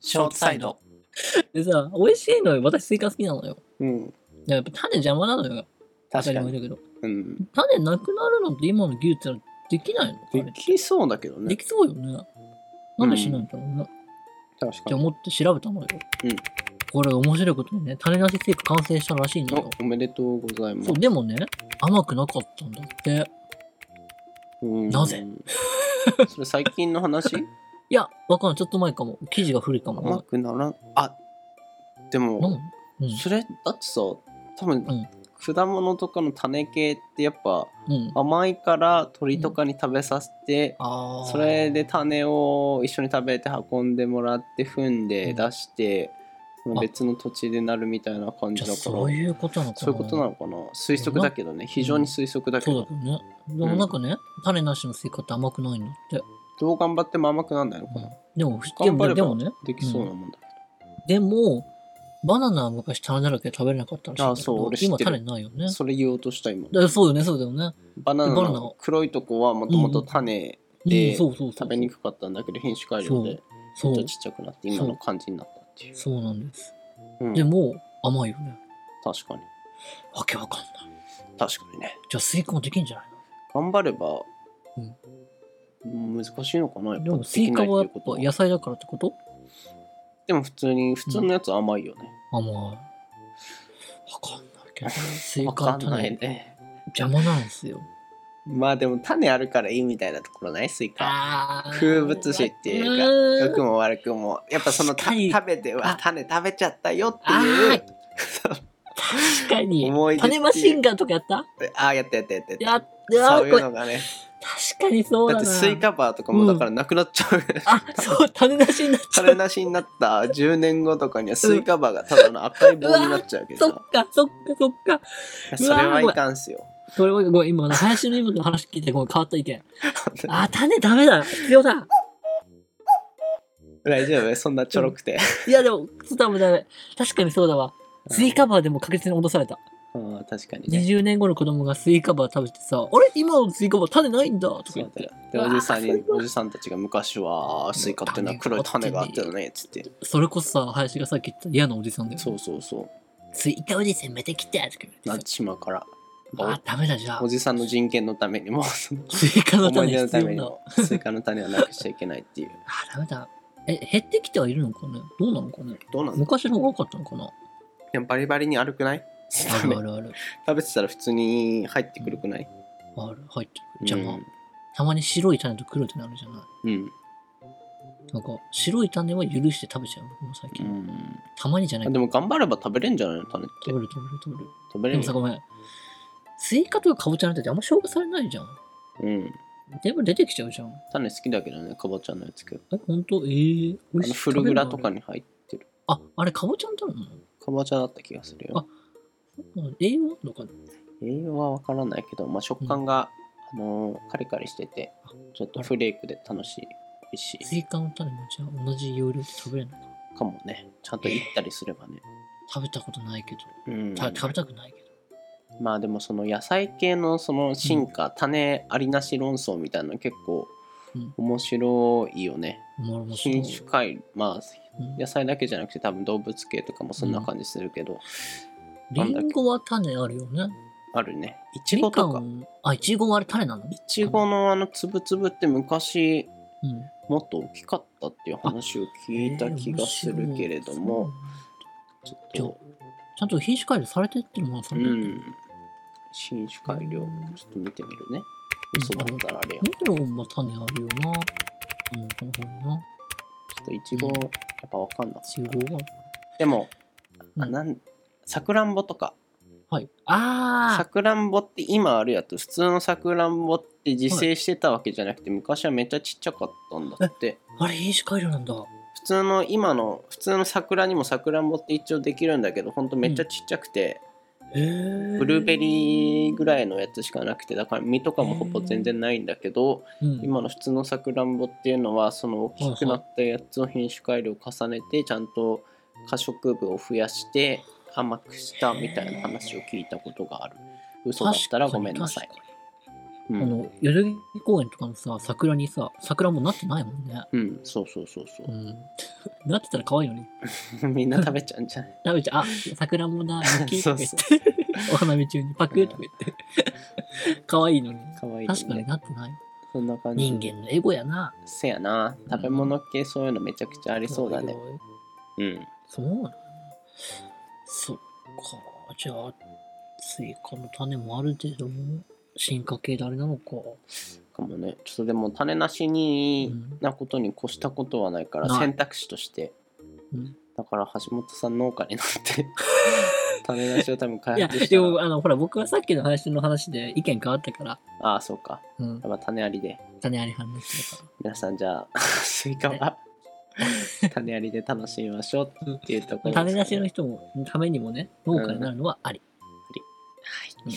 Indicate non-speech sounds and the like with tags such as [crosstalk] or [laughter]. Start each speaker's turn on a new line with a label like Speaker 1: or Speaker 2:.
Speaker 1: ショートサイド。
Speaker 2: [laughs] でさ、美味しいのよ。私、スイカ好きなのよ。
Speaker 1: うん。
Speaker 2: でもやっぱ種邪魔なのよ。当た
Speaker 1: 確
Speaker 2: り
Speaker 1: か
Speaker 2: 前
Speaker 1: に。
Speaker 2: だけど。
Speaker 1: うん。
Speaker 2: 種なくなるのって今の技術はできないの
Speaker 1: できそうだけど
Speaker 2: で
Speaker 1: ね。
Speaker 2: きそうよね。なんでしないんだろうな。
Speaker 1: 確
Speaker 2: って
Speaker 1: かに。
Speaker 2: 思って調べたのよ。
Speaker 1: うん
Speaker 2: これ面白いことにね、種なしスイカ完成したらしいんだよ。
Speaker 1: おおめでとうございます
Speaker 2: そう、。でもね、甘くなかったんだって。
Speaker 1: うん
Speaker 2: なぜ
Speaker 1: [laughs] それ最近の
Speaker 2: [laughs]
Speaker 1: 話
Speaker 2: いや、わかんない。ちょっと前かも。生地が古いか
Speaker 1: 甘
Speaker 2: も。
Speaker 1: くならん。あで
Speaker 2: うん。
Speaker 1: も、
Speaker 2: うん。
Speaker 1: それだってさ、多分
Speaker 2: うん、
Speaker 1: 果物とかの種系ってやっぱ
Speaker 2: うん。
Speaker 1: 甘いから鳥とかに食べさせて、
Speaker 2: あー
Speaker 1: それで、種を一緒に食べて運んでもらって踏ん
Speaker 2: う
Speaker 1: で
Speaker 2: ん
Speaker 1: 出して、その
Speaker 2: あ
Speaker 1: 別の土地でなるみたいな感
Speaker 2: じ
Speaker 1: じ
Speaker 2: ゃ
Speaker 1: だ
Speaker 2: あ
Speaker 1: から
Speaker 2: そういうことなのかな。
Speaker 1: そういうことなのかな推測だけどね非常に推測だけ
Speaker 2: そう
Speaker 1: ど、
Speaker 2: だけどね。でもなんかね、種なしのスイカって甘くないんだって。
Speaker 1: どう頑張っても甘くなんないのかな、
Speaker 2: でも、で
Speaker 1: 頑張
Speaker 2: も
Speaker 1: れば
Speaker 2: でもね、
Speaker 1: できそうなもんだ、
Speaker 2: でも、バナナは昔種だらけで食べれなかったらしいんだけど
Speaker 1: あそう俺知ってる
Speaker 2: 今種ないよね。
Speaker 1: それ言おうとした今
Speaker 2: だそうよね、そうだよね。
Speaker 1: バナナ
Speaker 2: バナナ
Speaker 1: の黒いとこはもともと種
Speaker 2: う
Speaker 1: で
Speaker 2: ん、そうそうそう。
Speaker 1: 食べにくかったんだけど品種改良でち
Speaker 2: そ
Speaker 1: ょ
Speaker 2: う
Speaker 1: っとちっちゃくなって今の感じになったっていう
Speaker 2: そうなんです。
Speaker 1: うん、
Speaker 2: でも、甘いよね。
Speaker 1: 確かに
Speaker 2: わけわかんない。
Speaker 1: 確かにね
Speaker 2: じゃあ、スイカもできんじゃない
Speaker 1: 頑張れば、難しいのかなやっ
Speaker 2: の
Speaker 1: ぱ
Speaker 2: でも、スイカはやっ
Speaker 1: でき
Speaker 2: ぱ
Speaker 1: ないっていう
Speaker 2: 野菜だからってこと
Speaker 1: ことでも普通に普通のやつ甘いよね、
Speaker 2: 甘い。わかんないけど、スイ
Speaker 1: [laughs] わ
Speaker 2: カ
Speaker 1: か
Speaker 2: は
Speaker 1: んない
Speaker 2: 種
Speaker 1: ね
Speaker 2: 邪魔なんですよ。
Speaker 1: まあでも種あるからいいみたいなところないスイカ
Speaker 2: あー
Speaker 1: 風物詩っていうか
Speaker 2: ーん
Speaker 1: 良くも悪くもやっぱそのた
Speaker 2: 確かに
Speaker 1: 食べて
Speaker 2: あ
Speaker 1: は種食べちゃったよっていう
Speaker 2: 確かに。
Speaker 1: 思い出って
Speaker 2: 種
Speaker 1: いう
Speaker 2: マシンガンとかやった
Speaker 1: ああやったやったやったやった
Speaker 2: やっ
Speaker 1: そ
Speaker 2: た
Speaker 1: うい
Speaker 2: こ
Speaker 1: う
Speaker 2: れ
Speaker 1: のがね
Speaker 2: 確かにそうだ
Speaker 1: だっ
Speaker 2: な。
Speaker 1: てスイカバーとかもだからなくなっちゃう、 [laughs]
Speaker 2: あ、そう、種なしになっちゃ
Speaker 1: 種
Speaker 2: う。
Speaker 1: なしになった10年後とかにはスイカバーがただの赤い棒になっちゃうけど
Speaker 2: そっ
Speaker 1: さ
Speaker 2: か、そっか、そっか。
Speaker 1: それはいかんすよ
Speaker 2: それはごめん、今の林の今の話聞いて、ごめん、変わった意
Speaker 1: [laughs]
Speaker 2: 見。あ、種ダメだ。必要だ。
Speaker 1: [laughs] 大丈夫そんなちょろくて、
Speaker 2: いや、でも、多分ダメ。確かにそうだわ。スイカバーでも確実に脅された。
Speaker 1: うん確かにね
Speaker 2: 20年後の子供がスイカバー食べてさ、あれ今のスイカバー種ないんだとか
Speaker 1: そ
Speaker 2: 言
Speaker 1: う
Speaker 2: って
Speaker 1: だでおじさんにおじさんたちが昔はスイカってのは黒い種があったよねっつって
Speaker 2: それこそさ、林がさっき言った嫌なおじさんだよ。
Speaker 1: そうそうそう
Speaker 2: スイカおじさんまた来たとか言われて
Speaker 1: な
Speaker 2: さ
Speaker 1: んてしまうから
Speaker 2: あ、ダメだじゃあ
Speaker 1: お。じさんの人権のためにも [laughs] その
Speaker 2: スイカの
Speaker 1: 思
Speaker 2: 種
Speaker 1: い出の
Speaker 2: 必
Speaker 1: ために
Speaker 2: 要だ。
Speaker 1: もスイカの種はなくしちゃいけないっていう
Speaker 2: あ、ダメだ。え、減ってきてはいるのかねどうなのかね
Speaker 1: [laughs] どうなんだ
Speaker 2: 昔の方が多かったのかな
Speaker 1: でもバリバリに歩くない
Speaker 2: あるあるある。
Speaker 1: [laughs] 食べてたら普通に入ってくるくない
Speaker 2: ある。入ってる。邪魔。
Speaker 1: うん
Speaker 2: たまに白い種と黒い種あるじゃない
Speaker 1: うん、
Speaker 2: なんか、白い種は許して食べちゃう。僕も最
Speaker 1: う
Speaker 2: 近。
Speaker 1: ん、
Speaker 2: たまにじゃない
Speaker 1: あでも頑張れば食べれんじゃないの種って
Speaker 2: 食べる食べる食べる。
Speaker 1: 食べ
Speaker 2: で
Speaker 1: れん
Speaker 2: もさ、
Speaker 1: よ
Speaker 2: ごめん。スイカとかカボチャなんてあんま消化されないじゃん。
Speaker 1: うん
Speaker 2: でも出てきちゃうじゃん。
Speaker 1: 種好きだけどねかぼちゃのやつけど
Speaker 2: え、ほんとえー、美
Speaker 1: あ
Speaker 2: 味し
Speaker 1: の
Speaker 2: い。
Speaker 1: フルグラとか
Speaker 2: に。
Speaker 1: に入ってる
Speaker 2: あ、あれカボチャになる
Speaker 1: かぼちゃだった気がするよ
Speaker 2: のうん栄養あるのかな
Speaker 1: 栄養は分からないけど、まあ、食感が、あのーカリカリしててちょっとフレークで楽しい美味し
Speaker 2: スイカの種もじゃあ同じ要領で食べれない
Speaker 1: いかもねちゃんといったりすればね、
Speaker 2: 食べたことないけど。
Speaker 1: うん、
Speaker 2: た食べたくないけど。
Speaker 1: まあでもその野菜系のその進化、種ありなし論争みたいなの結構
Speaker 2: うん
Speaker 1: 面白いよね、
Speaker 2: もろもろ
Speaker 1: 品種改まあ
Speaker 2: うん
Speaker 1: 野菜だけじゃなくて多分動物系とかもそんな感じするけど、
Speaker 2: リンゴは種あるよね。
Speaker 1: あるねいち
Speaker 2: み
Speaker 1: ご
Speaker 2: か
Speaker 1: とか
Speaker 2: ん。あ、いちごはあれ種なの
Speaker 1: いちごのあのつぶつぶって昔
Speaker 2: うん。
Speaker 1: もっと大きかったっていう話を聞いた気がするけれども、ちょっ
Speaker 2: じゃあ
Speaker 1: と
Speaker 2: ちゃんと品種改良されてってるものはさ
Speaker 1: う
Speaker 2: れてる。
Speaker 1: ん新種改良ちょっと見てみるね
Speaker 2: うん
Speaker 1: 嘘だったらあれやち
Speaker 2: メロンも種あるよな。うん、この方にな。
Speaker 1: ょっといちごやっぱわかんない
Speaker 2: いちごは。
Speaker 1: でも、あ
Speaker 2: うん
Speaker 1: なんさくらんぼとか
Speaker 2: はい。あ
Speaker 1: さ
Speaker 2: あ
Speaker 1: くらんぼって今あるやつ普通のさくらんぼって自生してたわけじゃなくて、昔はめっちゃちっちゃかったんだって
Speaker 2: あれ品種改良なんだ。
Speaker 1: 普通の今の普通の桜にもさくらんぼって一応できるんだけどほんとめっちゃちっちゃくて、
Speaker 2: へえ。
Speaker 1: ブルーベリーぐらいのやつしかなくてだから実とかもほぼ全然ないんだけど、
Speaker 2: うん。
Speaker 1: 今の普通のさくらんぼっていうのはその大きくなったやつを品種改良を重ねてちゃんと可食部を増やして甘くしたみたいな話を聞いたことがある嘘だったらごめんなさい
Speaker 2: 確かに。
Speaker 1: うん、
Speaker 2: あの、代々木公園とかのさ、桜にさ、桜もうなってないもんね。
Speaker 1: うん、そうそうそう
Speaker 2: う
Speaker 1: そ
Speaker 2: ん。なってたら可愛いよね。
Speaker 1: う。 [laughs] みんな食べちゃうんじゃない
Speaker 2: 食べちゃう、あ、桜も
Speaker 1: [laughs]
Speaker 2: な、雪と
Speaker 1: そう
Speaker 2: か言っ
Speaker 1: そ
Speaker 2: て、お花見中にパクとか言って。
Speaker 1: [laughs]
Speaker 2: 可愛いのに。
Speaker 1: かわいい、ね。
Speaker 2: 確かになってない。
Speaker 1: そんな感じ。
Speaker 2: 人間のエゴやな。
Speaker 1: せやな。食べ物系そういうのめちゃくちゃありそうだね。うん。
Speaker 2: そうなのそっか。じゃあ、スイカの種もある程度も進化系であれなのか。
Speaker 1: かもね。ちょっとでも種なし
Speaker 2: う
Speaker 1: に
Speaker 2: ん
Speaker 1: なことに越したことはないから、
Speaker 2: ない
Speaker 1: 選択肢として。
Speaker 2: うん
Speaker 1: だから橋本さん農家に
Speaker 2: [laughs]
Speaker 1: なって、種なしを多分
Speaker 2: い
Speaker 1: 開
Speaker 2: や、
Speaker 1: 発した
Speaker 2: でも、
Speaker 1: ら。
Speaker 2: あの、ほら、僕はさっきの話の話で意見変わったから、
Speaker 1: ああ、そうか。
Speaker 2: うん、
Speaker 1: やっぱ種ありで。
Speaker 2: 種あり話してたか
Speaker 1: 皆さん
Speaker 2: [laughs]
Speaker 1: じゃあ、スイカは [laughs] 種ありで楽しみましょうっていうと
Speaker 2: ら。
Speaker 1: ころ
Speaker 2: 種なしの
Speaker 1: はい。
Speaker 2: 人も、ためにもね、農家になるのはあり。うん